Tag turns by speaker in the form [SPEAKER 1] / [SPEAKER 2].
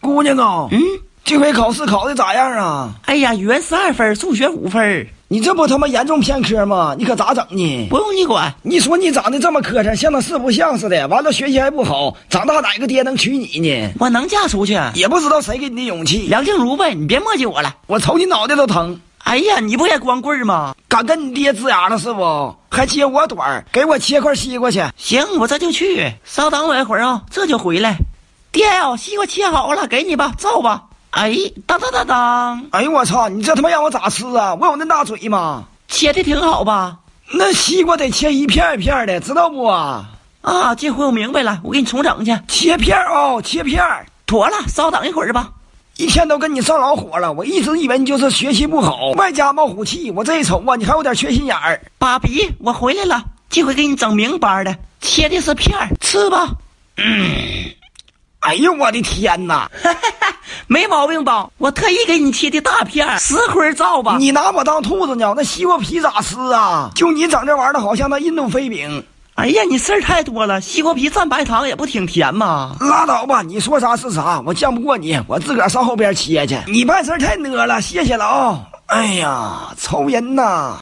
[SPEAKER 1] 姑娘啊，
[SPEAKER 2] 嗯，
[SPEAKER 1] 这回考试考的咋样啊？
[SPEAKER 2] 哎呀，语文十二分，数学五分，
[SPEAKER 1] 你这不他妈严重偏科吗？你可咋整呢？
[SPEAKER 2] 不用你管。
[SPEAKER 1] 你说你长得这么磕碜，像那四不像似的，完了学习还不好，长大哪个爹能娶你呢？
[SPEAKER 2] 我能嫁出去，
[SPEAKER 1] 也不知道谁给你的勇气，
[SPEAKER 2] 梁静茹呗，你别墨迹我了。
[SPEAKER 1] 我瞅你脑袋都疼。
[SPEAKER 2] 哎呀，你不也光棍儿吗？
[SPEAKER 1] 敢跟你爹呲牙了是不？还揭我短儿，给我切块西瓜去。
[SPEAKER 2] 行，我这就去，稍等我一会儿啊、这就回来。爹呀、西瓜切好了，给你吧，照吧。哎，当当当当，
[SPEAKER 1] 哎呦我操！你这他妈让我咋吃啊？我有那大嘴吗？
[SPEAKER 2] 切的挺好吧？
[SPEAKER 1] 那西瓜得切一片儿一片儿的，知道不啊？
[SPEAKER 2] 啊，这回我明白了，我给你重整去。
[SPEAKER 1] 切片儿啊、切片儿。
[SPEAKER 2] 妥了，稍等一会儿吧。
[SPEAKER 1] 一天都跟你上老火了，我一直以为你就是学习不好，外加冒虎气。我这一瞅啊，你还有点缺心眼儿。
[SPEAKER 2] 爸比，我回来了，这回给你整明白的，切的是片儿，吃吧，
[SPEAKER 1] 哎呦我的天哪！
[SPEAKER 2] 没毛病吧？我特意给你切的大片儿，十块照吧。
[SPEAKER 1] 你拿我当兔子呢？那西瓜皮咋吃啊？就你整这玩意儿，好像那印度飞饼。
[SPEAKER 2] 哎呀，你事儿太多了，西瓜皮蘸白糖也不挺甜吗？
[SPEAKER 1] 拉倒吧，你说啥是啥，我犟不过你，我自个儿上后边切去。你办事儿太讷了，谢谢了啊、哎呀，愁人呐！